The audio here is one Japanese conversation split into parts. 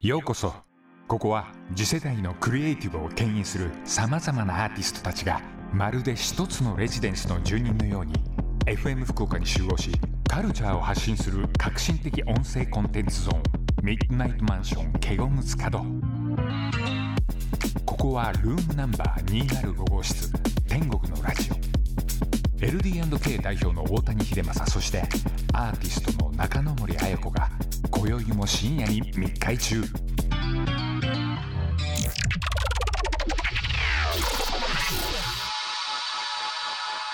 ようこそここは次世代のクリエイティブを牽引するさまざまなアーティストたちがまるで一つのレジデンスの住人のように FM 福岡に集合しカルチャーを発信する革新的音声コンテンツゾーン「ミッドナイトマンションケゴムツカド」ここはルームナンバー205号室天国のラジオ LD&K 代表の大谷秀正そしてアーティストの中野森彩子が今宵も深夜に密会中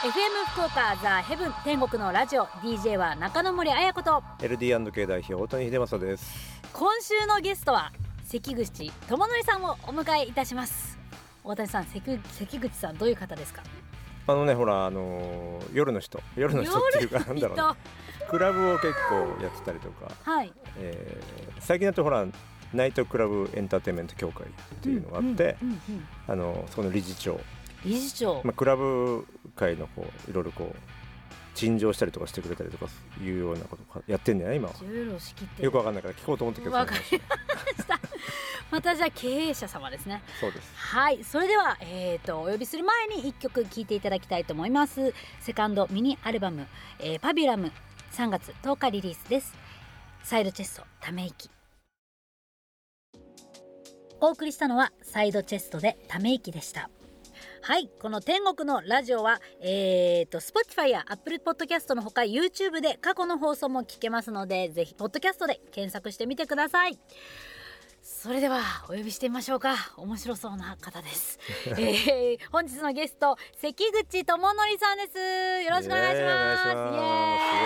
FM 福岡ザ・ヘブン天国のラジオ DJ は中野森彩子と LD&K 代表大谷秀正です今週のゲストは関口智則さんをお迎えいたします大谷さん関関口さんどういう方ですかあのねほらあのー夜の人夜の人っていうかなんだろう、ね、クラブを結構やってたりとか、はいえー最近だとほらナイトクラブエンターテインメント協会っていうのがあって、うんうんうんあのそこの理事長、理事長、まあ、クラブ界のこういろいろこう陳情したりとかしてくれたりとかいうようなことかやってんだよね今は重労仕切ってよくわかんないから聞こうと思ったけどわかりました またじゃあ経営者様ですねそうですはいそれでは、えー、とお呼びする前に1曲聴いていただきたいと思いますセカンドミニアルバム「えーパビュラム」3月10日リリースですサイドチェストため息お送りしたのはサイドチェストでため息でしたはいこの天国のラジオはえー、と Spotify や Apple Podcast のほか YouTube で過去の放送も聞けますのでぜひポッドキャストで検索してみてくださいそれではお呼びしてみましょうか面白そうな方 です、えー、本日のゲスト関口智則さんですよろしくお願いしますイエー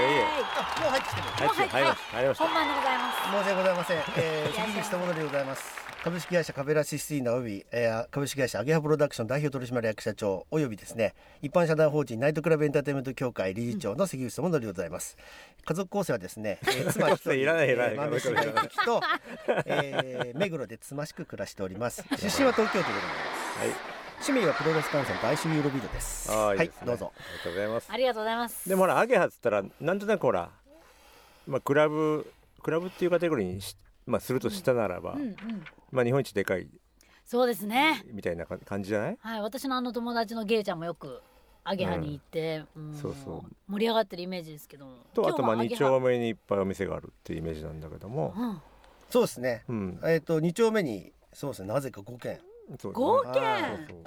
イお願いしますイエーイイエーあもう入ってきてはる。いはい入りました入りました本番でございます申し訳ございません。 えいらー、っしゃい関口智則でございます。株式会社カベラシスティーナおよび、えー、株式会社アゲハプロダクション代表取締役社長およびですね一般社団法人ナイトクラブエンターテインメント協会理事長の関口智則でございます、家族構成はですね、え ー、妻一人いらないいらないえー豆柴一樹と、えー、目黒でつましく暮らしてお ります出身は東京都でございます、趣味はプロレス観戦と ICU ユーロビートですイあーいいですねはいどうぞありがとうございますありがとうございます。でもほらアゲハっつったらなんとなくほら、まあ、クラブクラブっていうカテゴリーにし、まあ、するとしたならば、うんうん、まあ、日本一でかいそうですね。みたいなか感じじゃないはい、私のあの友達のゲイちゃんもよく。アゲハに行って、うんそうそう盛り上がってるイメージですけども。とあとまあ今2日は丁アゲ目にいっぱいお店があるっていうイメージなんだけども、ハ。うん、そうですね、うんえっ、と二丁目にそうですねなぜか5軒そう合だね計。そあうそう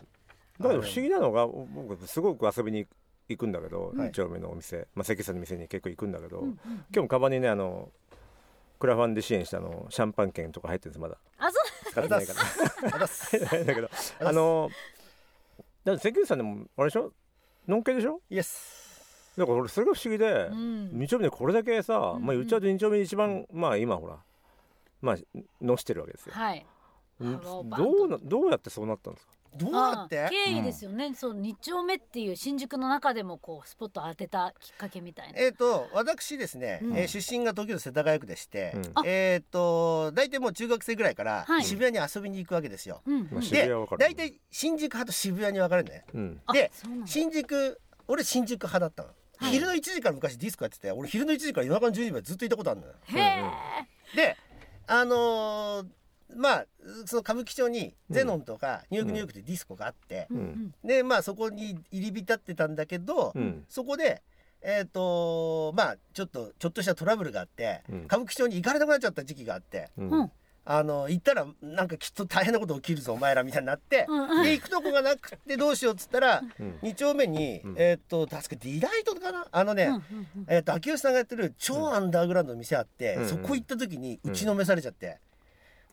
だけど不思議なのが僕すごく遊びに行くんだけど、はい2丁目のお店、まあ、関さんの店に結構行くんだけど、うんうん今日もカバンにねあのクラファンで支援したあのシャンパン券とか入ってるんですまだあ、そう。使ってないから。あざっ すだけど、あの、だって関口さんでも、あれでしょのんけでしょイエス。だから俺、それが不思議で、うん二丁目でこれだけさ、うんまあ言っちゃうと2丁目で一番、まあ今ほら、まあ、のしてるわけですよ。はい。うんハローバンドどうな、どうやってそうなったんですかどうやっあて？経緯ですよね。そう、二丁目っていう新宿の中でも、こうスポット当てたきっかけみたいな。えっ、と私ですね、うんえー出身が東京都世田谷区でして、うんえっ、と大体もう中学生ぐらいからはい渋谷に遊びに行くわけですよ。うん、うまあん。渋谷ではわかる大体新宿派と渋谷に分かれるのね。うん。あでそうなんだ新宿俺新宿派だったの。はい昼の1時から昔ディスコやってて俺昼の1時から夜中の12時までずっといたことあるのよ。へえ。であのーまあその歌舞伎町にゼノンとかニューヨークニューヨークでディスコがあって、うんんうん。でまあそこに入り浸ってたんだけど、うん。そこで、えっ、とまあ、ちょっと、ちょっとしたトラブルがあって、うん歌舞伎町に行かれなくなっちゃった時期があって、うんうん。あの、行ったら、なんかきっと大変なこと起きるぞ、お前ら、みたいになって、うんうんで、行くとこがなくてどうしようっつったら、うん2丁目に、うんえっ、と、確かディライトかなあのね、うんうんうんえっ、と、秋吉さんがやってる超アンダーグラウンドの店あって、うんそこ行った時に打ちのめされちゃって、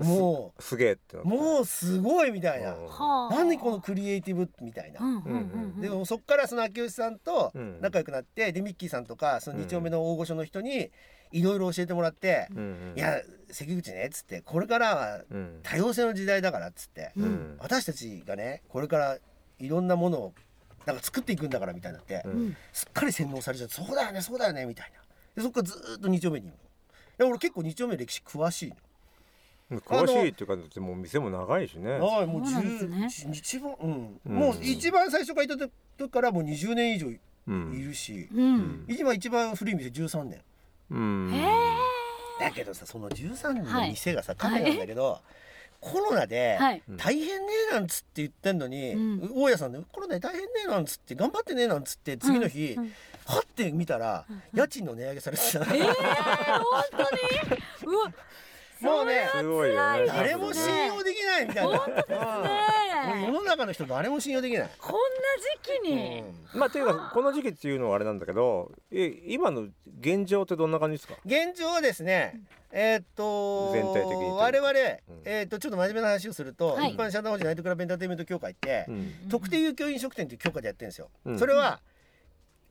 もすげえってなっう、たもうすごいみたいな。はあ。何この。クリエイティブみたいな。うん、うん、うん。でもそっからその秋吉さんとうん仲良くなって、でミッキーさんとかそのうん2丁目の大御所の人にいろいろ教えてもらってうん「うん。いや関口ね」っつって「これからはうん。多様性の時代だから」っつって、うんうん。私たちがねこれからいろんなものをなんか作っていくんだからみたいになって、ううんん。すっかり洗脳されちゃって「そうだよねそうだよね」みたいなでそっからずーっと2丁目にいるの。いや俺結構2丁目歴史詳しいの。詳しいっていうか、だってもう店も長いしね。はいもうそうなん10です一番、うん、うんもう一番最初からいた時からもう20年以上いうるん。し。うん。今一番古い店13年うん。へえ。だけどさその13人はのい店がさ、カフェなんだけど、コロナではい大変ねえなんつって言ってんのに、うん大家さんでコロナで大変ねえなんつって頑張ってねえなんつって次の日、うんうんはって見たら、うん家賃の値上げされてた、ええ本当にうわもうねそれはすごいよ辛ね誰もです信用できないみたいな。本うんねもう世の中の人誰も信用できない。こんな時期に、うんまあというかこの時期っていうのはあれなんだけどえ今の現状ってどんな感じですか現状はですね、えーっと全体的にというか我々、んえーっとちょっと真面目な話をすると、はい一般社団法人ナイトクラブエンターテインメント協会って、うん特定有給飲食店という許可でやってるんですよ。うんそれは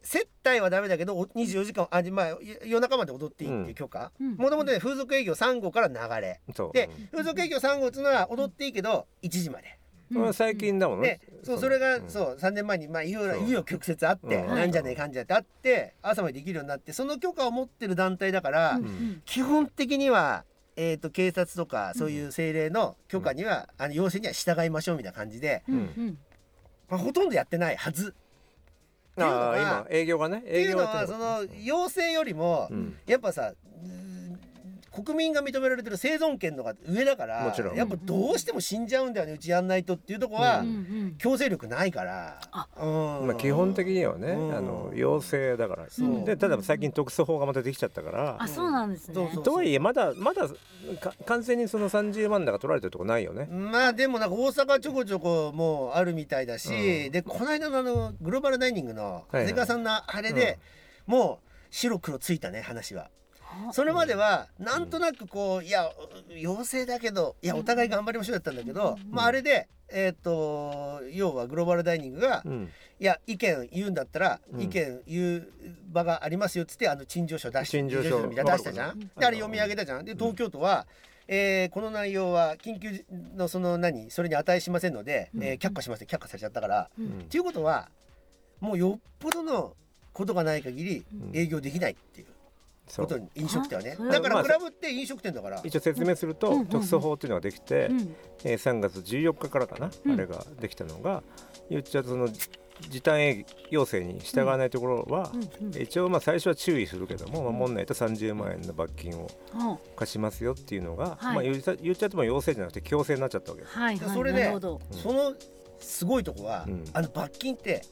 接待はダメだけどお24時間あ、まあ、夜夜中まで踊っていいっていう許可うんもともとね風俗営業3号から流れそうで風俗営業3号っていうのは踊っていいけど1時までうんまあ最近だもんでねそうそれがんそう3年前にまあいろいろそう紆余曲折あってうんなんじゃねえかんじゃってあって朝までできるようになってその許可を持ってる団体だからうんうん基本的には。えー、と警察とかそういう政令の許可には、あの要請には従いましょうみたいな感じで、うんうんまあ、ほとんどやってないはず。っていうのああが今営業がねって営いう業のがはその要請よりも、うんやっぱさうーん国民が認められてる生存権の方が上だからもちろんやっぱどうしても死んじゃうんだよねうちやんないとっていうとこは、ううんうん強制力ないから、うんまあ基本的にはね、うんあの要請だから、そうでただ最近特措法がまたできちゃったから、あそうなんですねそうそうとはいえまだまだか完全にその30万だが取られてるとこないよね、まあでもなんか大阪ちょこちょこもうあるみたいだし、うでこの間のあのグローバルダイニングのいはい長谷川さんのあれで、もう白黒ついたね話は。それまではなんとなくこういや陽性だけどいやお互い頑張りましょうだったんだけど、まあ、あれで、えっと要はグローバルダイニングが、うん、いや意見言うんだったら、うん意見言う場がありますよっつってあの陳情書出して陳情書みたいなの出したじゃん、うんであれ読み上げたじゃんで東京都は、えーこの内容は緊急のその何それに値しませんので、えー却下しますって却下されちゃったから、ううんんっていうことはもうよっぽどのことがない限りうん営業できないっていうそことうに飲食店はねあそうだかまらあクラブって飲食店だから一応説明すると、うんうん特措法っていうのができて、うんえー3月14日からかな、うんあれができたのが言っちゃうとその時短営業要請に従わないところは、うんうん一応まあ最初は注意するけども守んないと30万円の罰金をあ課しますよっていうのが、はいまあ、言っちゃ言っちゃっても要請じゃなくて強制になっちゃったわけです。はいはいそれなでるほどそのすごいとこは、うんあの罰金って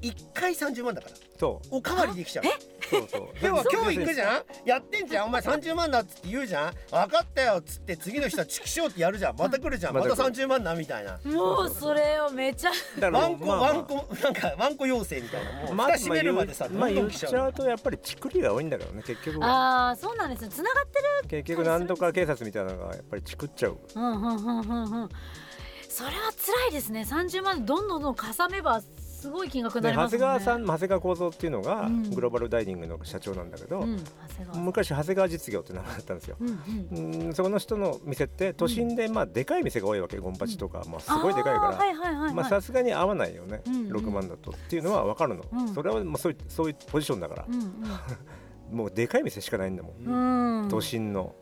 1回30万だからそうおかわりできちゃう。そう そうでも今日行くじゃんやってんじゃんお前30万だっつって言うじゃん分かったよっつって次の人はチキショーってやるじゃんまた来るじゃんままたた来る30万なみたいなもうそれをめちゃだからワンコまあまあワンコなんかワンコ要請みたいなもうまあ蓋閉めるまでさまどあん言どっん来ちちゃうゃうとやっぱりチクリが多いんだけどね結局はああそうなんですねつながってる結局何とか警察みたいなのがやっぱりチクっちゃううんうんうんうんうんそれは辛いですね30万どんどんどんかさめばすごい金額になでり長ます谷もね川さん長谷川幸三っていうのがうんグローバルダイニングの社長なんだけど、うん長谷川さん昔長谷川実業って名前だったんですようんううんんそこの人の店って都心でまあでかい店が多いわけゴンパチとか、まあ、すごいでかいあーはかいはいはいはらいまあさすがに合わないよね、うんうん6万だとっていうのは分かるの、うんそれはもうそういうそういうポジションだからう、んもうでかい店しかないんだもん、うんうん都心の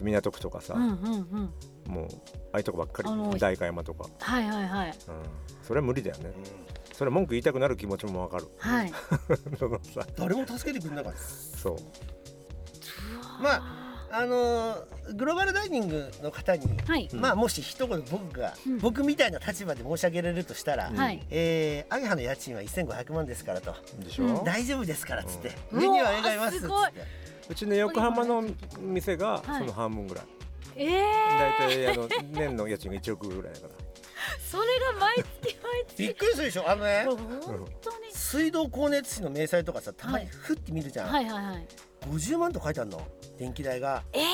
港区とかさ、うんうんうんもうああいうとこばっかあのり代官山とか、はいはいはいうん、それは無理だよねそれは文句言いたくなる気持ちもわかるはいそのさ誰も助けてくれなかったそうまああのーグローバルダイニングの方にはいまあもし一言僕がうん僕みたいな立場で申し上げられるとしたらはいえーアゲハの家賃は1500万ですからとでしょ、ううん大丈夫ですからっつってうん上には上がいますっつっうわすてちの横浜の店がはいその半分ぐらい、ええ大体 あの年の家賃が1億ぐらいだかそれが毎月毎月びっくりするでしょあのねもう本当に水道光熱費の明細とかさたまにはいふって見るじゃん、はいはいはい50万と書いてあるの電気代がええ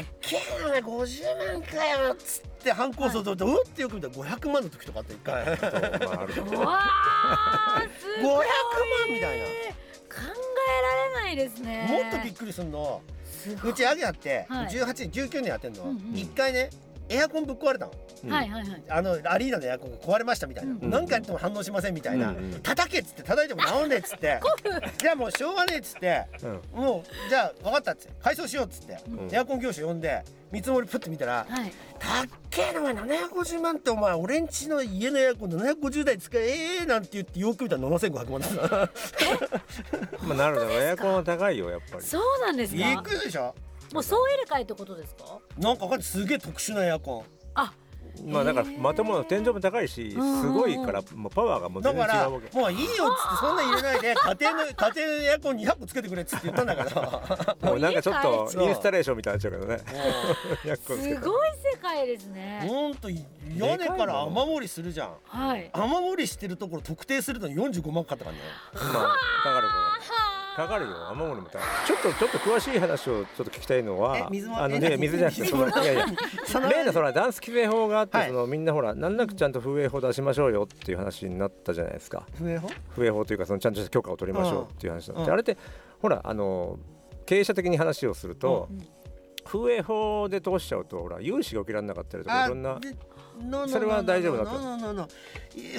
たっけえな50万かよっつって反抗すると思って、うってよく見たら500万の時とかあった一回500万 ら、まあ、あるうわあ すごいみたいな考えられないですねもっとびっくりすんのすごいうちアゲあって、はい18年19年やってんの、うんうん一回ねエアコンぶっ壊れたのはいはいはいあのアリーナのエアコンが壊れましたみたいうな、ん何回やっても反応しませんみたいな、うんうん叩けっつって叩いても治んねえっつってじゃあもうしょうがねえっつってうんもうじゃあ分かったっつって改装しようっつって、んエアコン業者呼んで見積もりプッて見たら はい「たっけえなお前750万ってお前俺んちの家のエアコン750台使えええなんて言ってよく見たら7500万だったまあなるだろうエアコンは高いよやっぱりそうなんですびっかくりでしょもう総入れ替えってことですかなんかわかんないすげえ特殊なエアコあまあだからへーまともな天井も高いしうんすごいからもうパワーがもンうだ全然か違らうもわういいよっけつってそんなん入れないで家庭の家庭のエアコン200個つけてくれっつって言ったんだからもうなんかちょっもう家帰とれインスタレーションみたいになっちゃうけどね すすごい世界ですねほんと屋根から雨漏りするじゃんはい雨漏りしてるところ特定するのに45万かかったからねまあかかるかかるよ雨漏りも高いちょっとちょっと詳しい話をちょっと聞きたいのはえ水もあのえね水じゃなくて水そのいやいや その例のそのダンス規制法があって、はいそのみんなほら難なくちゃんと風営法出しましょうよっていう話になったじゃないですか不明法風営法というかそのちゃんとした許可を取りましょうっていう話になって、うんあれってほらあの経営者的に話をすると、うん風営法で通しちゃうとほら融資が受けられなかったりとかいろんな、で no, no, それは大丈夫だと no, no, no, no.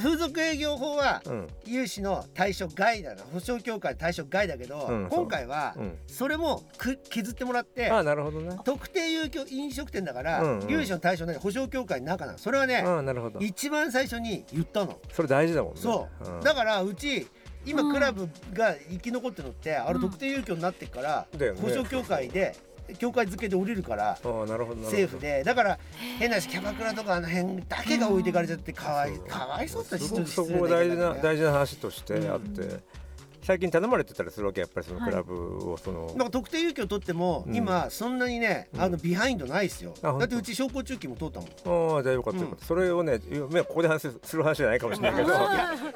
風俗営業法はうん融資の対象外だな保証協会の対象外だけど、うんそう今回はうん、それもく削ってもらってああなるほどね特定有給飲食店だから、うんうん融資の対象ない保証協会の中なのそれはね、ああなるほど一番最初に言ったのそれ大事だもんねそう、んだからうち今うんクラブが生き残ってるのって、あうれん特定有給になってっから、だよね保証協会で協会付けで降りるからああなるほどなるほど政府でだから変な話キャバクラとかあの辺だけが置いてかれちゃってかわいそうかわいそうってすごくそこが大事な事大事な話としてあって、最近頼まれてたりするわけやっぱりそのはいクラブをその、なんか特定有給取っても、うん今そんなにねあのビハインドないですよ、あ本当だってうち商工中期も通ったもんああじゃあよかったよかった、それをねいやまあここで話する話じゃないかもしれないけどうん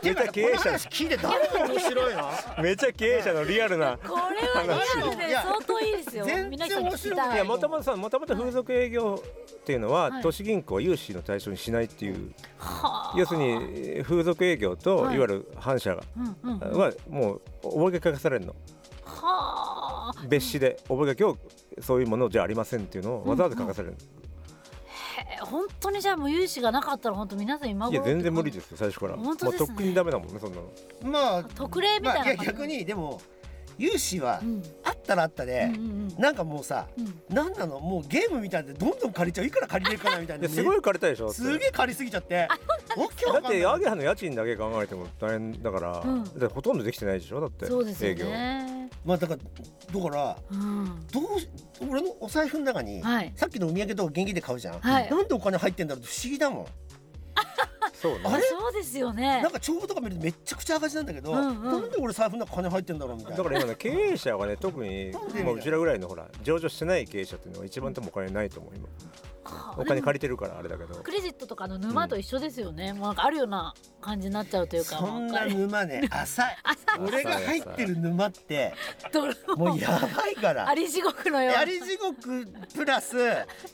めっちゃ経営者話聞いて誰が面白いのめっちゃ経営者のリアルな。これはリアルで相当いいですよいや皆さん聞きた全然面白いいいやもともとさもともと風俗営業っていうのは、はい都市銀行は融資の対象にしないっていう、はあ要するにえー風俗営業と、はいい、わゆる反社が、うんうんうんはもう覚書かされるのはあ別紙で覚書をそういうものじゃありませんっていうのをわざわざ書かされる、え本当にじゃあもう融資がなかったら本当皆さん今頃いや全然無理ですよ最初から本当ですねもうとっくにダメだもんねそんなのまあ特例みたいなまあ、いや感じ逆にでも融資はうんあったらあったでうん、うんなんかもうさ、うんうんなんなのもうゲームみたいでどんどん借りちゃういくら借りれるかなみたいな、ですごい借りたいでしょすげえ借りすぎちゃってわけだわっかんないてアゲハの家賃だけ考えても大変だから、うんだってほとんどできてないでしょだってそうですよ営業ねまあだからだからうんどうし俺のお財布の中に、はいさっきのお土産とか現金で買うじゃん、はいなんでお金入ってんだろうって不思議だもん、そうねあれそうですよねなんか帳簿とか見るとめっちゃくちゃ赤字なんだけど、うんうんなんで俺財布の中金入ってんだろうみたいなだから今ね経営者はね特になんでもううちらぐらいのほら上場してない経営者っていうのは一番多分お金ないと思う今はあお金借りてるからあれだけどクレジットとかの沼と一緒ですよね、もうなんかあるような感じになっちゃうというかそんなわかる沼ね浅い浅俺が入ってる沼ってドルもうやばいか らあり地獄のようなやり地獄プラス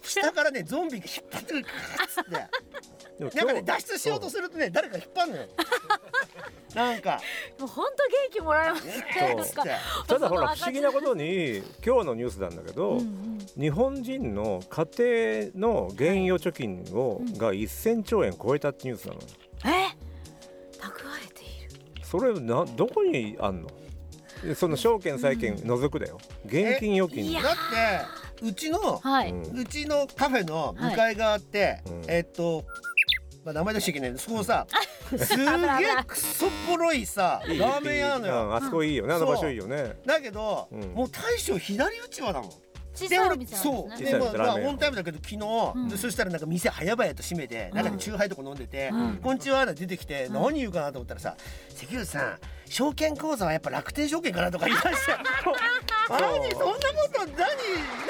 下からねゾンビが引っ張ってくるからっつってでも今なんかね日脱出しようとするとね誰か引っ 張るのよなんかもう本当元気もらえますねそうなんかただほら不思議なことに今日のニュースなんだけど、うんうん日本人の家庭の現預貯金を、うんが1000兆円超えたってニュースなのえ蓄えているそれなどこにあんのえその証券債券除くだよ、現金預金いやだってうちのはい、うんうちのカフェの向かい側って、はいうんえっと、まあ、名前出しちゃいけないんでそこさすげえクソボロいさ いいラーメン屋なのうよんあそこいいよねあのそう場所いいよねだけど、うんもう大将左打ちわだもん小さでいお俺店なんそでうすねで、まあ小さいお店まラあ、ーメンオンタイムだけど昨日、んでそしたらなんか店早々と閉めて中にチューハイとか飲んでて「うんこんにちは」って出てきて、ん何言うかなと思ったらさ「関口さん証券口座はやっぱ楽天証券かな」とか言い 出して「マジそんなこと何何?」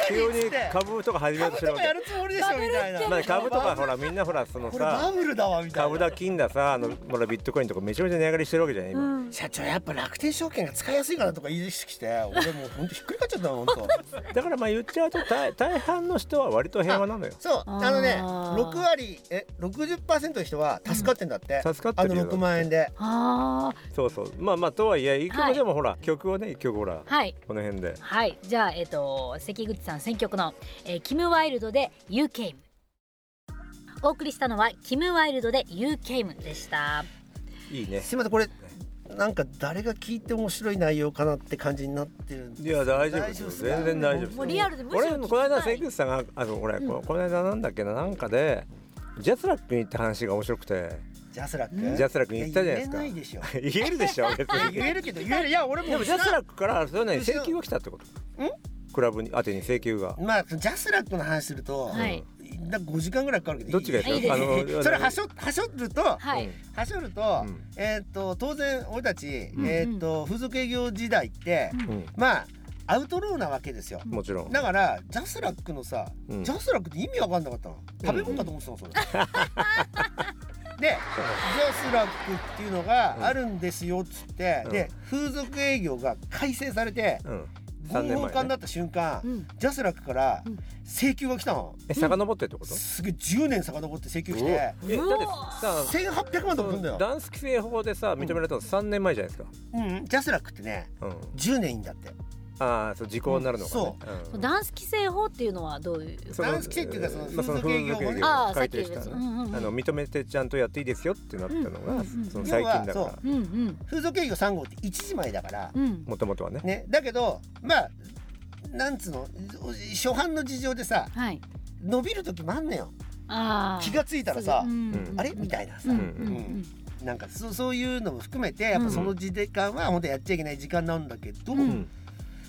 急っつっにて株とか始めようとしてるわ株とかけやるつもりでしょみたいな。まあ、株とかほらみんなほらそのこれバさブルだわみたい株なだ金ださあのほらビットコインとかめちゃめちゃ値上がりしてるわけじゃない今、うん社長やっぱ楽天証券が使いやすいかなとか言い出してきて俺もうほんとひっくり返っちゃったのほんとだからまあ言っちゃうと大大半の人は割と平和なのよそうあーあのね6割え60%の人は助かってんだって、うん助かってるよあの6万円であそうそうまあまあとはいえ一は曲いでもほら、曲をね一曲ほらーはいこの辺ではいじゃあえっ、と関口さん選曲の、えーキムワイルドで You Came お送りしたのはキムワイルドで You Came でしたいいねすいませんこれなんか誰が聞いて面白い内容かなって感じになってるんでいや大丈夫ですよ大丈夫ですか全然大丈夫ですもうリアルでむしろ俺もこの間聞きたい関口さんがあの俺こ,、この間なんだっけななんかでジャスラックに行った話が面白くてジャスラックジャスラックに行ったじゃないですかや言えないでしょ言えるでしょ別に言えるけど言えるいや俺もでもジャスララックからそれはね請求が来たってことんクラブに宛てに請求がまあジャスラックの話すると、はいなんか5時間ぐらいかかるけどどっちがいいいいですあの それはしょはしょると、はい、はしょると、うんえーっと当然俺たち、んえーっと風俗営業時代って、うんまあアウトローなわけですよ。もちろんだからジャスラックのさ、うんジャスラックって意味わかんなかったの食べ物かと思ってたのそれ、 でジャスラックっていうのがあるんですよっつって、うんで風俗営業が改正されてうん合三年前ね法化になった瞬間、うんジャスラックからうん請求が来たの、え遡ってってことすげえ10年遡って請求来うおてえうおだってさ1800万とか来るんだよ、ダンス規制法でさ認められたの3年前じゃないですか、うん、ジャスラックってねうん、 10年いいんだってああそう時効になるのか、ねそうんダンス規制法っていうのはどういうそのダンス規制っていうかそのまあ風俗営業法ね風俗ああ改定したさっきねのやつうんうんうんあの認めてちゃんとやっていいですよってなったのうんが、うんその最近だか要はらそうんうん風俗営業3号って1時前だから、うんもともとはねねだけどまあなんつうの初版の事情でさはい伸びる時もあんのよああ気がついたらさ、うんあれみたいなさ、うんうんうんなんかそそういうのも含めてやっぱその時間は本当やっちゃいけない時間なんだけど、ううんん、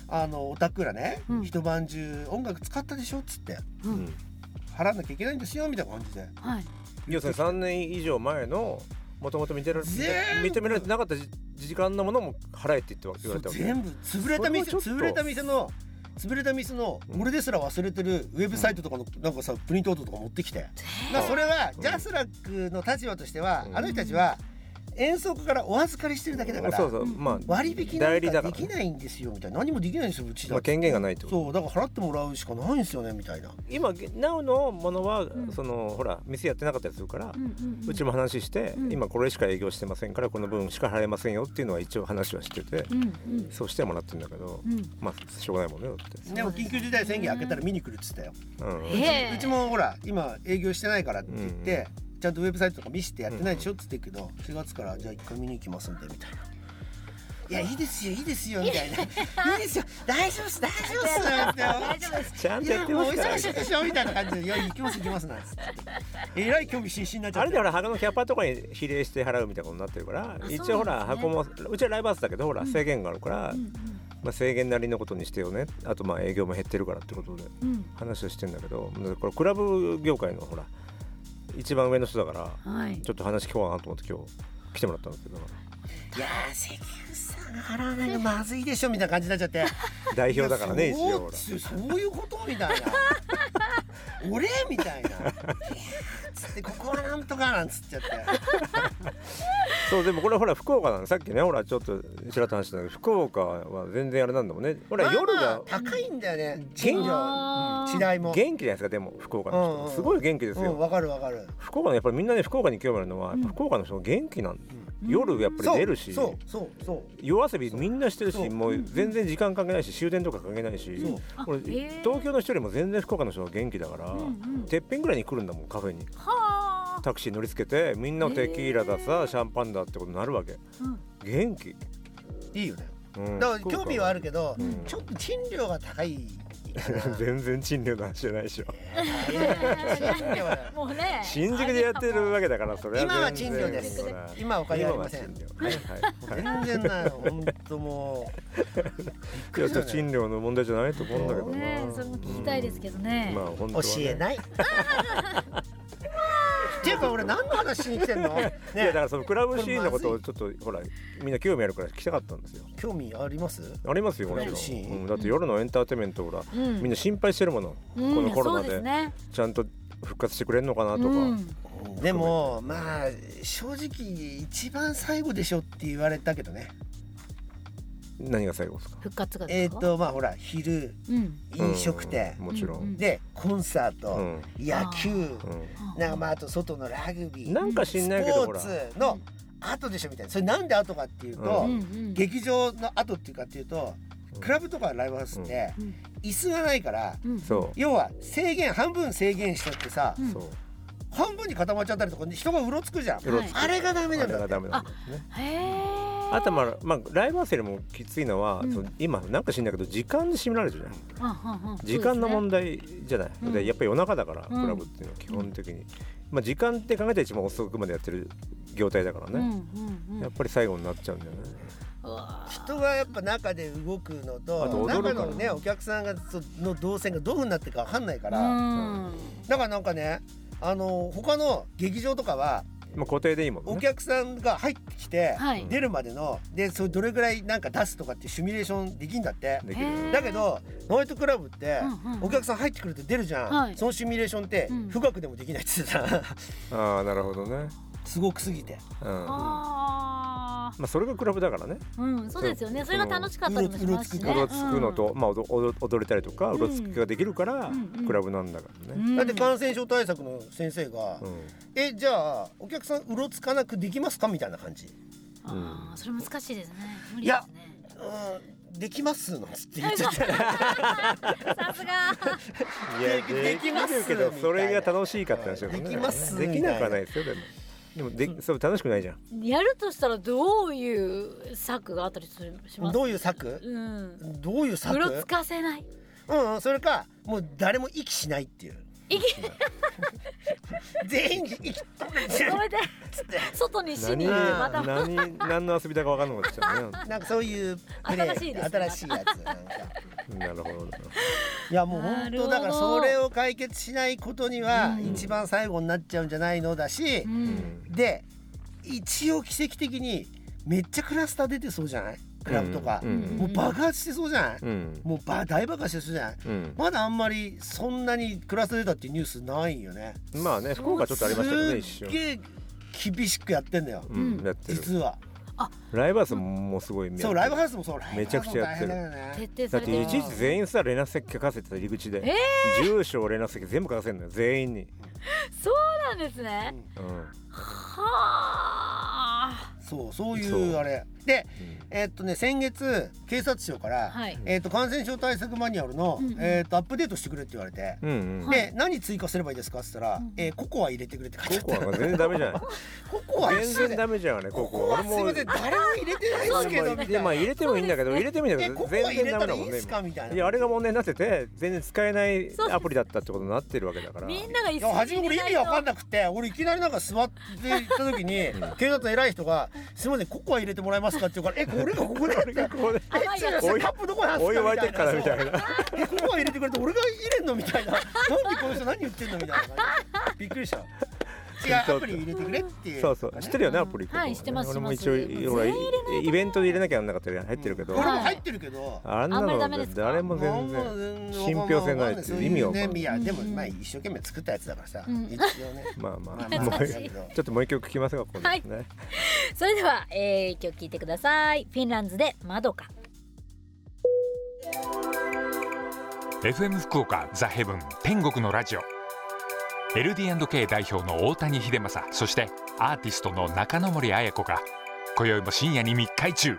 あのオタクらね、うん一晩中音楽使ったでしょっつってううんん、払わなきゃいけないんですよみたいな感じではい要するに3年以上前のもともと認められ全部認められてなかったじ時間のものも払えって言って言われたわけ全部潰れた店それはちょっと潰れた店の潰れた店のうん俺ですら忘れてるウェブサイトとかのなんかさプリントアウトとか持ってきて、まあそれはうんジャスラックの立場としては、うんあの人たちは遠足からお預かりしてるだけだからそうそうまあ割引なん代理かだかでらきないんですよみたいな何もできないんですようちだまあ、権限がないってことそうだから払ってもらうしかないんですよねみたいな今 NOW のものは、んそのほら店やってなかったりするから、うんうんうんうちも話して、うん今これしか営業してませんからこの分しか払えませんよっていうのは一応話はしてて、うんうんそうしてはもらってるんだけど、うんまあしょうがないもんねだって、でも緊急事態宣言開けたら見に来るっつったようんええうちもほら今営業してないからって言って、ちゃんとウェブサイトとか見せてやってないでしょっつって言うけど、4月からじゃあ一回見に行きますんでみたいな。いやいいですよいいですよみたいな。いいですよ大丈夫です大丈夫ですなんて大丈夫ですちゃんいとやっやてもうまおすから忙しいでしょみたいな感じで「いや行きます行きます」なんつってえらい興味津々になっちゃあっれてでほら箱のキャパとかに比例して払うみたいなことになってるからあ一応ほらそ箱うなもうちはライブハウスだけどほら制限があるから、まあ、制限なりのことにしてよねあとまあ営業も減ってるからってことでうん話をしてんだけどだからクラブ業界のほら一番上の人だからはいちょっと話聞こうかなと思って今日来てもらったんですけどいやー関口さんが払わないのまずいでしょみたいな感じになっちゃって代表だからね一応ほらそうそういうことみたいな 俺みたいな「いやーつって「ここはなんとか」なんつっちゃってそうでもこれほら福岡なのさっきねほらちょっとちらっと話したんだけど福岡は全然あれなんだもんねほら夜まあまあが高いんだよね賃賃金料あー時代も元気じゃないですかでも福岡のうんうん人すごい元気ですうんよわかるわかる福岡のやっぱりみんなね福岡に興味あるのはうん福岡の人元気なんうん夜やっぱり出るしそうそうそう夜遊びみんなしてるしそうもう全然時間関係ないし終電とか関係ないしそうあ俺へー東京の人よりも全然福岡の人が元気だからうんうんてっぺんぐらいに来るんだもんカフェにはあタクシー乗りつけてみんなのテキーラだへーさシャンパンだってことになるわけうん元気そういいよねうんだから興味はあるけどうんちょっと賃料が高 いかな全然賃料の話じゃないでしょ賃料はもうね新宿でやってるわけだからそれは今は全賃然料ですほら今はお金ありません今は賃料はいはい全然ない本当もいやちょっと賃料の問題じゃないと思うんだけどな、ねそれも聞きたいですけどねまあ本当うは教ね えないっていうか俺何の話しに来てんのいやだかねらそのクラブシーンのことをちょっとほらみんな興味あるから聞きたかったんですよ興味ありますありますよもちクラブシろーンん、うんだって夜のエンターテインメントほら、うんみんな心配してるもの、うんこのコロそうナですでねちゃんと復活してくれるのかなとか、うんでもまあ正直一番最後でしょって言われたけどね何が最後ですか復活がえでっすかとまあほら昼うん飲食店うんもちろん、うんでコンサート、うん野球うなんかまああと外のラグビーん、なんか知んないけどスポほーらツの後でしょみたいなそれなんで後かっていうと、ううんうん劇場の後っていうかっていうとうんクラブとかライブハウスってうん椅子がないから、うんそう、要は制限半分制限したってさ、うんそう半分に固まっちゃったりとか人がうろつくじゃん、うろつくあれがダメなあんれだがってダメなんだよねへえあとまあ、まあ、ライブハウスよりもきついのは、うんその今なんか知んないけど時間で占められるじゃないあ時間の問題じゃない、うんでやっぱり夜中だから、うんクラブっていうのは基本的に、まあ、時間って考えたら一番遅くまでやってる業態だから題ね、ねうんうんうんやっぱり最後になっちゃうんだよねうわ人がやっぱ中で動くのあとと驚く中のねお客さんがその動線がどういうふうになってるか分かんないから、うんだからなんかねあの他の劇場とかはまあ固定でいいもんおね客さんが入ってきてはい出るまでのでそれどれぐらいなんか出すとかってシミュレーションできんだって。できるへーだけどナイトクラブってうんうんお客さん入ってくると出るじゃん、はいそのシミュレーションってうん富岳でもできないって言って たああなるほどねすごくすぎてうんまあーあそれがクラブだからねうんそうですよねそれが楽しかったりもしますしうねんうろつくのと、まあ、おど踊踊れたりとかううんろつきができるから、うんうんクラブなんだからうね、んだって感染症対策の先生がうん「えじゃあお客さんうろつかなくできますか?」みたいな感じあーそれ難しいですね無理ですね「うんできますの?」つって言っちゃった さすがいやできまするけどそれが楽しいかって話だもんねできますできなくはないですよでもでもできそう楽しくないじゃんやるとしたらどういう策があったりするしますどういう策うんどういう策うろつかせ ないうんうんそれかもう誰も息しないっていう息 全員息止止めめ てて外に死に何行ってまた何何の遊びだか分かんなくなっちゃうねなんかそういうプレイ新しいですね新しいやつなんかなるほどねいやもう本当だなからるほどそれを解決しないことにはうん一番最後になっちゃうんじゃないのだしう、うんんで一応奇跡的にめっちゃクラスター出てそうじゃないクラブとか、うんもう爆発してそうじゃない、うんもうば大爆発してそうじゃないうんまだあんまりそんなにクラスター出たっていうニュースないよねまあね福岡ちょっとありましたけどね一す瞬っ、げえ厳しくやってんだよ、うん、やってる実はライブハウスももうすごい見えるそうライブハウスもそうライブハウスもめちゃくちゃやってる大変だよね徹底ださっれててるいちいち全員さ連絡先書かせてた入り口で、住所連絡先全部書かせるのよ全員に、そうなんですねうんはあそうそういそううあれでうえーっとね先月警察庁から、はいえーっと感染症対策マニュアルの、うんうんえーっとアップデートしてくれって言われて、ん、うんうんはいで何追加すればいいですかって言ったら、うんえーココア入れてくれって書いてあっココアたが全然ダメじゃない ココアすい全ませ然んダメじゃんねココココアアすいません誰も入れてないですけどみたいでまあな入れてもいいんだけど、入れてもいいんだえけコどコア全入れ然ダたメだらいもいんでねすかみたい今ないやあれが問題になってて全然使えないそうアプリだったってことになってるわけだからみんなが一いや初斉めに俺意味わかんなくて俺いきなりなんか座って行った時に警察の偉い人が「すいませんココア入れてもらえますか?」って言うから「え俺がここで?」って「えここで甘いちょっやとつ待ってカップどこにお湯あ沸いるんてでっすかかららみみたたいいななそうえココア入れてくれて俺が入れんのみたいななんでこの人何言ってんのみたいなびっくりした違うアプリ入れてくれっていうそうそう知ってるよねアプリココアねはい知ってます俺も知ってま一応すほらイベントで入れなきゃなんなかったら入ってるけど、俺もはい入ってるけどあんなあんまりダメのですか誰も全もう然全然信憑性ないっていう意味がわかんないいやでもうんまあ一生懸命作ったやつだからさうん一応ねまあままああもまうあちょっともう一曲聞きますかここではいね、それでは、えー、一曲聴いてくださいフィンランズで「まどか」 FM 福岡ザヘブン天国のラジオ LD&K 代表の大谷秀政そしてアーティストの中野森彩子が今宵も深夜に密会中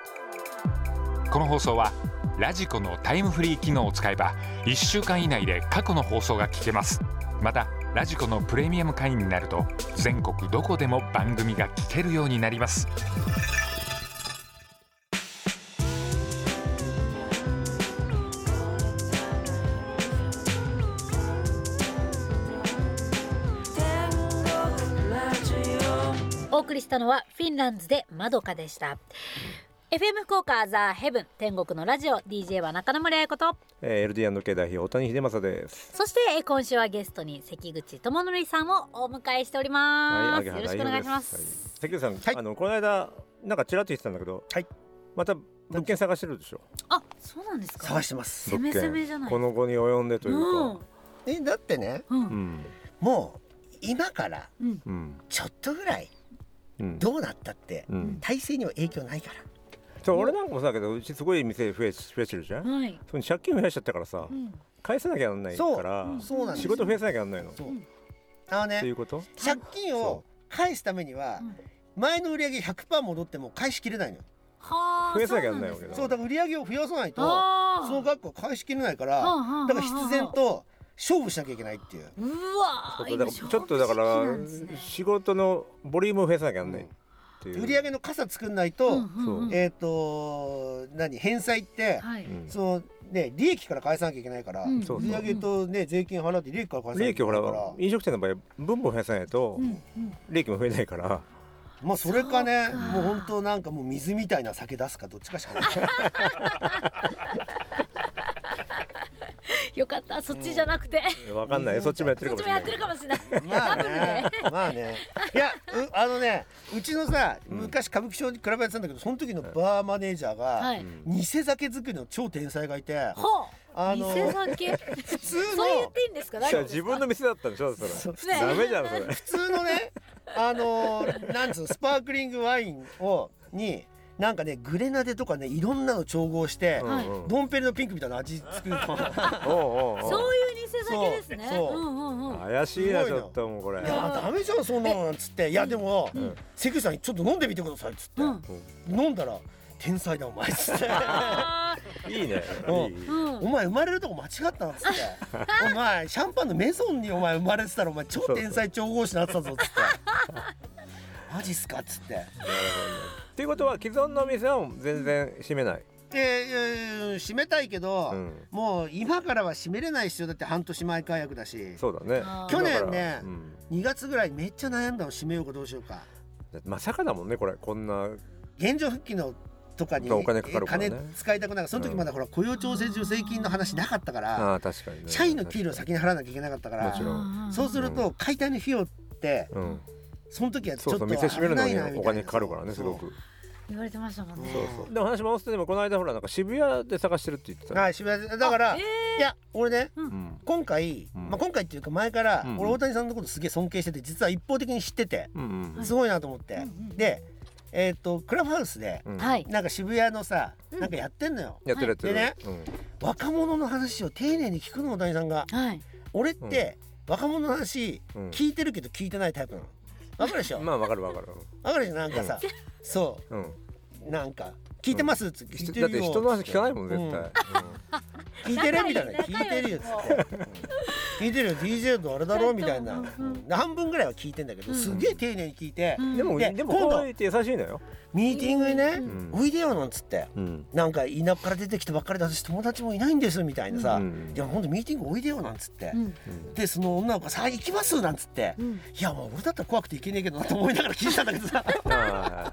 この放送はラジコのタイムフリー機能を使えば1週間以内で過去の放送が聞けますまたラジコのプレミアム会員になると全国どこでも番組が聞けるようになりますお送りしたのはフィンランズでまどかでした。FM 福岡ザヘブン天国のラジオ DJ は中野森彩子とえー、LD&K 代表大谷秀政ですそしてえー今週はゲストに関口智則さんをお迎えしておりまはす、い、よろしくお願いします、関口さん、はいあのこの間なんかちらっと言ってたんだけど、はいまた物件探してるでしょ。あそうなんですか探してます攻め物件攻めじゃないこの後に及んでというか。えだってねうんううんんもう今からうんうんちょっとぐらいうん。どうなったってうん。体制には影響ないからそう俺なんかもさだけどうちすごい店増え増えてるじゃん。はい、その借金増やしちゃったからさうん、返さなきゃなんないそうからうんそうなんです仕事増やさなきゃなんないの。そううんあのっていねうこと？借金を返すためにはうん前の売り上げ100%戻っても返しきれないのよはあ増やさなきゃなんないそうわけだそうだから売り上げを増やさないとあーその額は返しきれないからはあはあはあだから必然と勝負しなきゃいけないっていううわそうーそうだ今からちょっとだ正か直らなんですね仕事のボリュームを増やさなきゃなんないっていう。売り上げの傘作んないと、うんうんうんえっ、と何返済って、はい、うんそのね利益から返さなきゃいけないから、うんそう売り上げとね税金払って利益から返さ利なきゃい益けをなほいから飲食店の場合分母を増やさないとうんうん利益も増えないからまあそれかねもう本当なんかもう水みたいな酒出すかどっちかしか ないよかったそっちじゃなくて、 わかんないそっちもやってるそかっもちもしれやなっているかもしれないまあダブルでね、まあね。いや、うあのね、うちのさ、昔歌舞伎町にクラブやってたんだけど、その時のバーマネージャーはがい、偽酒作りの超天才がいて、ほうあの偽酒普通のそう言っていいんですか大じ丈ゃあ夫です自か分の店だったんでしょそれねダメじゃんそれ普通の ね、あのなんつうのスパークリングワインをになんかねグレナデとかねいろんなの調合して、はいうんうんドンペリのピンクみたいな味作る。 おうおうおうそういう偽酒ですねそうそううんうんうん怪しいなちょっともうこれいやダメじゃんそんなのなんつっていやでも、関口さんちょっと飲んでみてくださいっつって、うん飲んだら天才だお前っつって。あいいねうんいいーうんお前生まれるとこ間違ったなっつってお前シャンパンのメゾンにお前生まれてたらお前超天才調合師になってたぞっつってマジっすかっつってっていうことは既存のお店は全然閉めないでえー閉めたいけど、うんもう今からは閉めれないですよだって半年前解約だしそうだねあー去年だからねうん2月ぐらいめっちゃ悩んだの閉めようかどうしようかまさかだもんねこれこんな現状復帰のとかにお金かかるからね金使いたくないその時まだほら雇用調整助成金の話なかったから、あー確かにね社員の給料先に払わなきゃいけなかったからもちろんそうすると解体の費用ってうんその時はちそょうっそとう店閉めるの危ないなみたいになお金かかるからねすごく言われてましたもんねそうそうでも話回すとでもこの間ほらなんか渋谷で探してるって言ってたねはい渋谷でだから、えいや俺ねうん今回、うんまあ今回っていうか前から、うん俺大谷さんのことすげえ尊敬してて実は一方的に知ってて、うんうんすごいなと思って、でえっとクラブハウスで、うんーはいなんか渋谷のさ、うんなんかやってんのよやってるやってるでねうん若者の話を丁寧に聞くの大谷さんがはい俺って、若者の話うん聞いてるけど聞いてないタイプなのわかるでしょ、まあわかるわかるわかるでしょなんかさ、そうんうなんか聞いてますってひ聞いてだっるてよ人の話聞かないもん絶対聞いてるみたいな仲いい聞いてるよっつ仲って聞いてるよ DJ とあれだろみたいなちゃんとうんで半分ぐらいは聞いてんだけどうんすげえ丁寧に聞いてうんうんでもででも今こ度う言って優しいのよミーティングにねん「おいでよ」なんつってうんなんか田舎から出てきたばっかりで私友達もいないんですみたいなさうんでも今度ミーティングおいでよなんつってうんでその女の子が「さあ行きます」なんつってうんいやもう俺だったら怖くて行けねえけどなと思いながら聞いてたんだけどさあー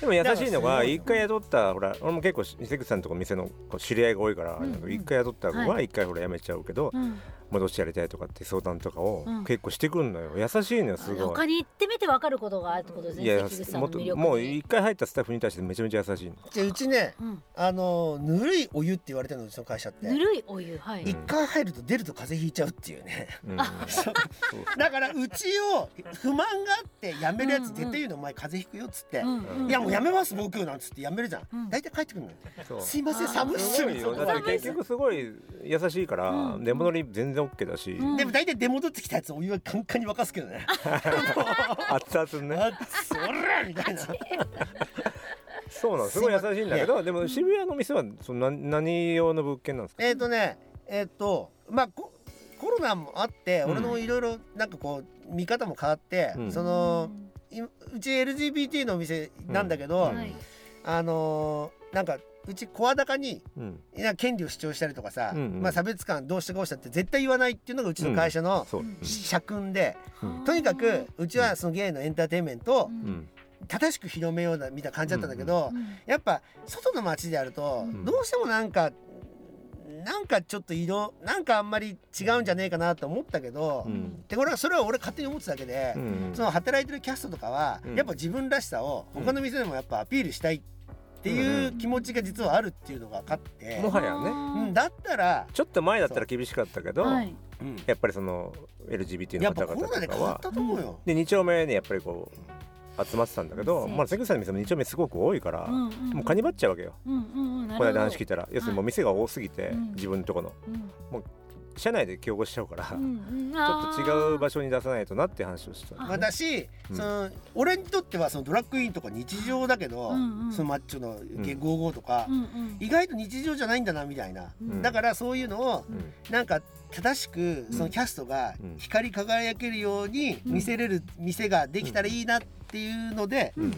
でも優しいのだからすごがいよ一回雇ったほら俺も結構関口さんとこ店のこう知り合いが多いからうんなんか一回雇った子はは一回ほら辞めちゃうけどうん戻してやりたいとかって相談とかをうん結構してくんのよ優しいのよすご他い。に行ってみて分かることがあるってことですいねや関口さんものっと魅力にもう一回入ったスタッフに対してめちゃめちゃ優しいのでうちねうんあのぬるいお湯って言われてるのうちの会社ってぬるいお湯はい一回入ると出ると風邪ひいちゃうっていうねうんだからうちを不満があってやめるやつ絶対言うのお前風邪ひくよっつって、うんうんいやもうやめます僕なんつってやめるじゃん、うん大体帰ってくるのよそうすいません寒いっすすよごいよだって結局すごい優しいかうらん出戻り全然 OK だしうんでも大体出戻ってきたやつお湯はカンカンに沸かすけどね熱々あねっそらみたいなそうなのすごい優しいんだけどでも渋谷の店はその何何用の物件なんですかえっとねえっ、とまあココロナもあってうん俺のいろいろなんかこう見方も変わって、うんそのいうち LGBT のお店なんだけど、うんはいあのーなんかうち声高にうんいや権利を主張したりとかさ、うんうんまあ、差別感どうしてこうしたって絶対言わないっていうのがうちの会社のそう社訓で、うんとにかくうちはそのゲイのエンターテインメントをうんうん正しく広めようなみたいな感じだったんだけど、うんやっぱ外の街でやるとうんどうしてもなんかなんかちょっと色なんかあんまり違うんじゃねえかなと思ったけど、うんでこれはそれは俺勝手に思ってただけで、うんその働いてるキャストとかは、うんやっぱ自分らしさを他の店でもやっぱアピールしたいっていう気持ちが実はあるっていうのが分かって。もはやねあーうん、だったら、ちょっと前だったら厳しかったけどはいやっぱりその LGBT のやっぱ方コ々ロナとでか変わっはたと思うよ。で2丁目にやっぱりこう集まってたんだけどうんまあ関口さんの店も2丁目すごく多いからうんもうんうんうカニばっちゃうわけようんうんうんなるほこのど間話聞いたら要するにもう店が多すぎてうん自分のとこのうん社内で競合しちゃうからちうょんうんっと違う場所所に出さないとなって話をしてたあ私、うんその俺にとってはそのドラッグインとか日常だけど、うんうんそのマッチョのゲゴーゴーとか、うんうん意外と日常じゃないんだなみたいな、うんだからそういうのをうんなんか正しくんそのキャストがうん光り輝けるように見せれる店ができたらいいなっていうので、うん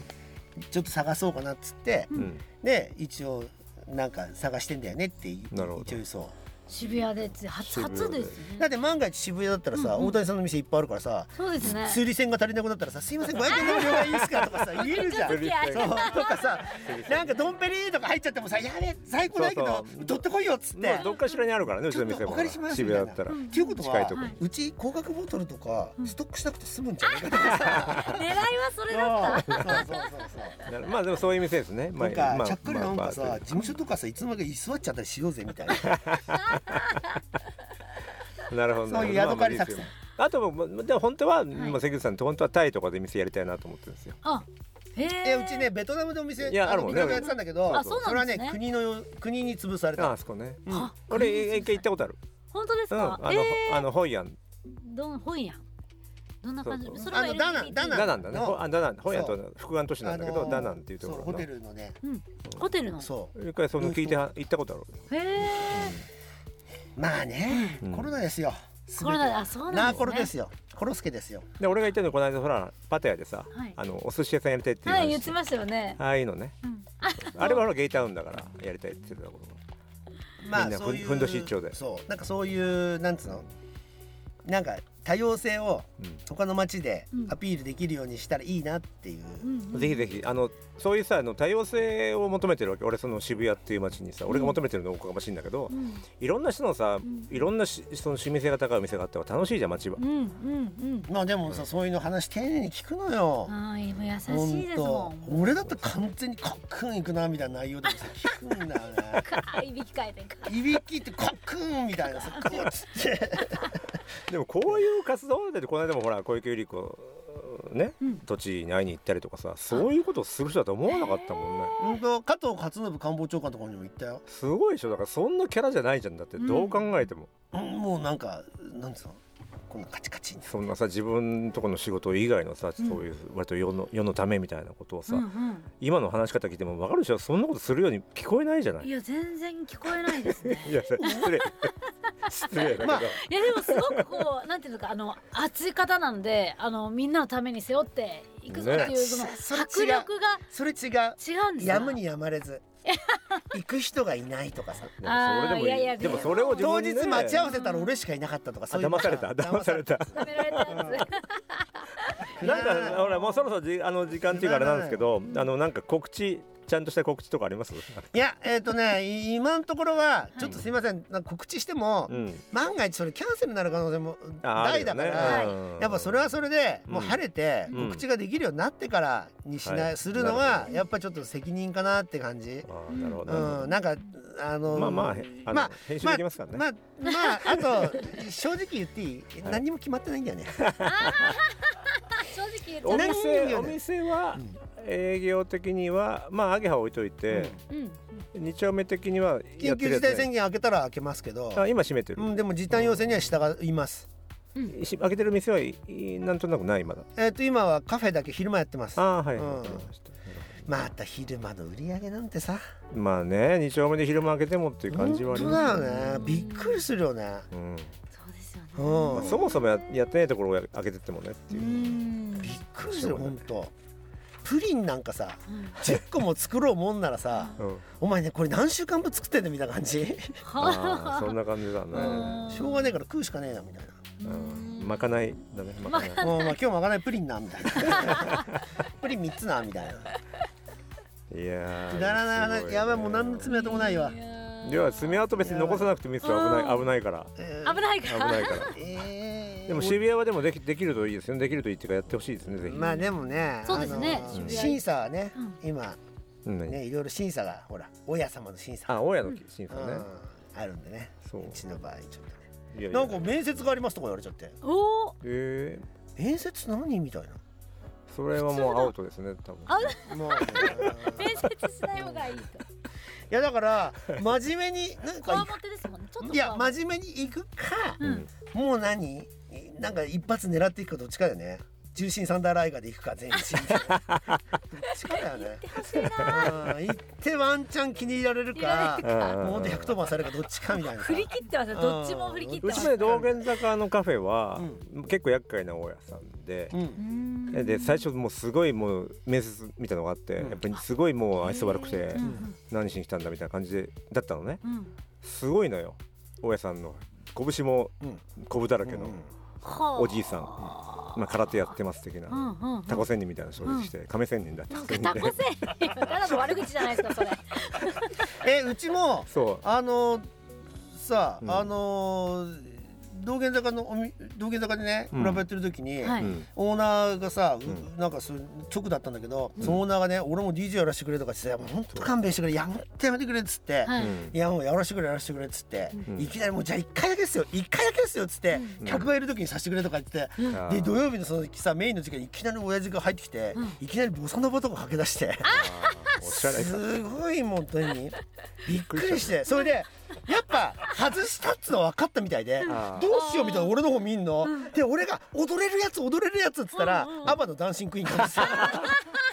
ちょっと探そうかなっつって、うんで一応なんか探してんだよねっていなるほど一応そう渋谷でつ初渋谷で初ですねだって万が一渋谷だったらさ、うんうん大谷さんの店いっぱいあるからさそうですね釣り線が足りなくなったらさ「すいません500円でも両替いいですか?」と かさ言えるじゃん。ちょっと付き合いそうとかさ なんかドンペリとか入っちゃってもさ「やべえ在庫ないけどそうそう取ってこいよ」っつって。まあどっかしらにあるからねうちのちょっ店ともお借りします渋谷だったらみたいなっていうこと近はいとこにうち高額ボトルとかんストックしなくて済むんじゃないかとかさ狙いはそれだった そうそうそうそうまあでもそういう店ですねまあなんか、まあちゃっかりなんかさ、まあまあ事務所とかさいつの間にか居座っちゃったりしようぜみたいななるほどそういう宿借り作まあまあいいです戦よあと僕もでも本当は、もう関口さんと本当はタイとかで店やりたいなと思ってるんですよ。あへ ええうちねベトナムでお店いやあるのもんねビラがやってたんだけどあそうなんですねれはね国のよ国に潰されあたあそこね。あ俺一回行ったことある。本当ですうん、かあの、えあのホイアンーどん本やんどんな感じそうそうそれはあのダナ LGBT ダナダナンだね。のほあダナンホイアンそと福安都市なんだけど、あのーダナンっていうとこそろホテル。ルのねうんホテルのそ一回その聞いては行ったことある。へえうまあね、うんコロナですよコロナであそうナなんですーねコロですよコロスケですよで俺が行ったのこの間ほらパタヤでさ、はいあのお寿司屋さんやりたいっていう話はい言ってましたよねああいうのねうんあれはほらゲイタウンだからやりたいって言ってたことまあみんなふんそういうふんどし一丁でそうなんかそういうなんつうのなんか多様性を他の町でうんアピールできるようにしたらいいなっていう、うんうん、ぜひぜひあのそういうさあの多様性を求めてるわけ俺その渋谷っていう街にさ俺が求めてるのおこがましいんだけど、うんいろんな人のさ、んいろんなしその趣味性が高いお店があっては楽しいじゃん街はう、んうんまあでもさ、そういうの話丁寧に聞くのようんあー今優しいですもほんとん俺だったら完全にコックン行くなみたいな内容でもさ聞くんだよ ねかいびきかえてんかいびきってコックンみたいなさこうっつってでもこういう活動だってこの間もほら小池百合子ね、うん土地に会いに行ったりとかさそういうことをする人だと思わなかったもんね、本当加藤勝信官房長官とかにも言ったよ、すごいでしょだからそんなキャラじゃないじゃんだって、うんどう考えてもうんもうなんかなんつうのこんなカチカチにそんなさ自分とこの仕事以外のさ、うんそういう割と世の世のためみたいなことをさ、うんうん今の話し方聞いても分かるでしょそんなことするように聞こえないじゃないいや全然聞こえないですねいやそれ失礼失礼だけ ど、まあいやでもすごくこうなんていうのかあの熱い方なんであのみんなのために背負っていくぞっていうねそのそれ違う迫力がそれ違う違うんですよやむにやま れず行く人がいないとかさでもそれでもあいいーいやいやでもそれを自当分に、ね、日待ち合わせたら俺しかいなかったとかあそういう騙された騙された食べられ たやなんかほらもうそろそろじあの時間っていうかあれなんですけどあのなんか告知ちゃんとした告知とかあります？いやえっ、とねい今のところはちょっとすいません、なんか告知しても、うん。万が一それキャンセルになる可能性もあある大よだねから、うんやっぱそれはそれでうんもう晴れてうん告知ができるようになってからにしない、はいするのなるはほやっぱちょっと責任かなって感じ。あーなるほど。なるほうん、なんかあのどまあまあへあの、まあ編集できますからね。まあま ああと正直言っていいはい何にも決まってないんだよね。正直言っおちゃっ何店よおね店はうん営業的にはまあアゲハ置いといて、たうん二丁目的には や緊ってるや急事つね態宣言開けたら開けますけど、あ今閉めてる。うん、でも時短要請には従います。し開けてる店はいいなんとなくないまだ。えっ、と今はカフェだけ昼間やってますあ。あはい。うんわかりましたまた昼間の売り上げなんてさ、まあね二丁目で昼間開けてもっていう感本じはあり当ますよね。だよね。びっくりするよね。うん。そうですよねうまんあ、そもそもややってないところを開けてってもねってういんう。びっくりする本当。プリンなんかさ、10個も作ろうもんならさ、うんお前ねこれ何週間分作ってんのみたいな感じ。 ああそんな感じだ ね。うんしょうがねえから食うしかねえなみたいな。うんまかないだね。まかない。もうまあ今日まかないプリンなみたいな プリン三つなみたいな。いやー。くだらない話、すごやばいもう何の爪跡もないわ。では爪痕別に残さなくてもいいですよ危ない危ないからえー危ない危かない から。えーでも渋谷はでもできできるといいですよねできるといいっていうかやってほしいですねぜひ。まあでもね、そうですねあの渋ー谷審査はね、う今うん何ねいろいろ審査がほら親様の審査、あ大家の審査うね。んあるんでね。そうう。ちの場合ちょっとね。いやいやなんか面接がありますとか言われちゃって、おおえー面接何みたいそれはもうアウトですね多分。あな。 まあ、面接しない方がいいといやだから真面目になんこわかもてですもんねちょっといやジ真面目に行くか。うんもう何なんか一発狙っていくかどっちかだよね重心サンダーライガーでいくか全身どっちかだよねうん行ってワンチャン気に入られるいらかれるうんもうほんと110番されるかどっちかみたいなさ振り切ってますねどっちも振り切ってうまちすのね道玄坂のカフェはう結構厄介な大家さんでう。んうんで最初もうすごいもう面接みたいなのがあって、うんやっぱりすごいもう愛想悪くへてーうん何しに来たんだみたいな感じでだったのねうんすごいのよ大家さんの拳もうん拳だらけのほうおじいさん、まあ、空手やってます的な、うんうんうんタコ仙人みたいな人して、亀仙人だったなんかタコせいただの悪口じゃないですかそれえうちも そうあのさうんあの道玄坂のおみ道玄坂でねうんクラブやってる時に、はいうんオーナーがさ、ううんなんかそう直だったんだけど、そのオーナーがね俺も DJ やらせてくれとかして「もうほんと勘弁してくれやめてやめてくれ」っつって、はいいやもうやらしてくれやらしてくれっつって、うんいきなりもうじゃあ1回だけですよ1回だけですよっつって、うん客がいる時にさせてくれとか言ってて、あーで土曜日のその時さメインの時間にいきなり親父が入ってきて、うんいきなりボサノバとか駆け出してあーお しゃれすごい本当にびっくりしてそれでやっぱ外したっつうのは分かったみたいであーどうしようみたいな俺の方見んので俺が踊れるやつ踊れるやつっつったらうんうんアバのダンシングクイーンかもしれない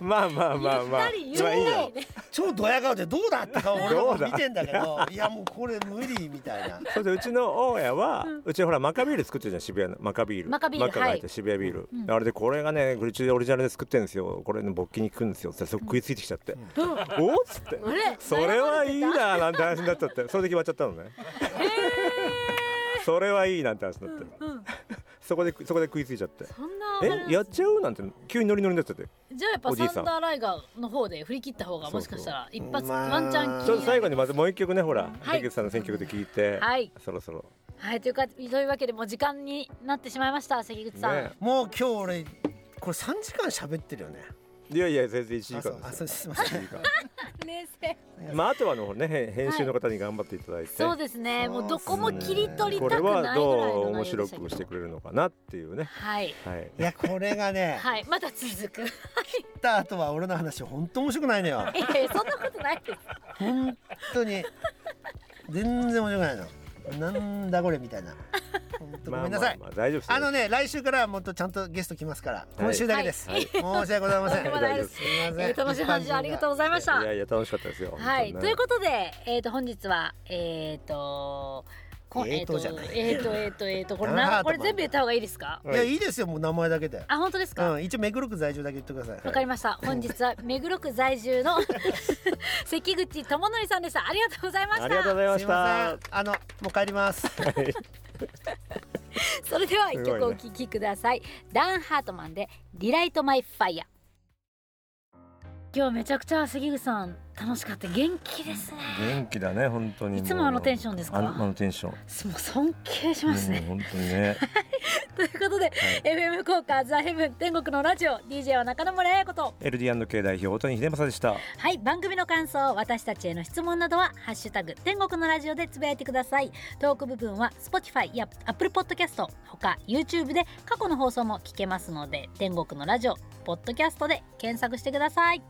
まあまあまあまあゆったりまあいゆいったよりね超ドヤ顔でどうだって顔俺のどう方だ見てんだけどいやもうこれ無理みたいなそれでうちの大家は、うちほらマカビール作ってるじゃん渋谷のマカビールマカビールが入って渋谷ビール、あれでこれがねグリチュでオリジナルで作ってるんですよこれの勃起に効くんですよってそこ食いついてきちゃって、 おっつってあれそれはいいななんて話になっちゃってそれで決まっちゃったのねそれはいいなんて話になって、うんそこでそこで食いついちゃってそんなえやっちゃうなんて急にノリノリになっちゃってじゃあやっぱおじいサさんンダーライガーの方で振り切った方がそもうしそかうしたら一発まあワンチャンち気ょっとにな最後るにまずもう一曲ねほらはい出口さんの選曲で聞いて、はいそろそろはいというかというわけでもう時間になってしまいました関口さん、ねもう今日俺これ3時間喋ってるよねいやいや全然1時あそう間あですそようすいません冷静まああとはあのねへん編集の方に頑張っていただいて、そうですねもうどこすも切り取りたこくなれいぐらいはどうの面内容で白したけどくしてくれるのかなっていうねはいはいいやこれがねはいまだ続く切った後は俺の話本当面白くないのよいやいやそんなことないです本当に全然面白くないのなんだこれみたいな本当ごめんなさい、まあまあまあ大丈夫ですよあのね来週からはもっとちゃんとゲスト来ますから今週だけです、はい申し訳ございませとんんでもないですすいません、えー楽しい話ありがとうございましたいやいや楽しかったですよはい、というとことで、えー、と本日はえっ、ー、とこえーとえじゃないーとえーとえーとこれ長ないこれ全部言った方がいいですかいやいいですよもう名前だけであ本当ですか、うわん一応目黒区在住だけ言ってくださいかりました本日は目黒区在住の 関口智則さんでしたありがとうございましたありがとうございますいしまたせんあのもう帰りますそれでは一すごい曲ねお聴きくださいダン・ハートマンで「リライト・マイ・ファイア」今日めちゃくちゃ杉口さん楽しかった元気ですね元気だね本当にいつもあのテンションですかあのあのテンションもう尊敬しますね、うん本当にね ということで、FM 効果ザヘブン天国のラジオ DJ は中野村彩子と LD&K 代表大谷秀正でしたはい番組の感想私たちへの質問などは「ハッシュタグ天国のラジオ」でつぶやいてくださいトーク部分は Spotify や Apple Podcast ほか YouTube で過去の放送も聞けますので天国のラジオポッドキャストで検索してください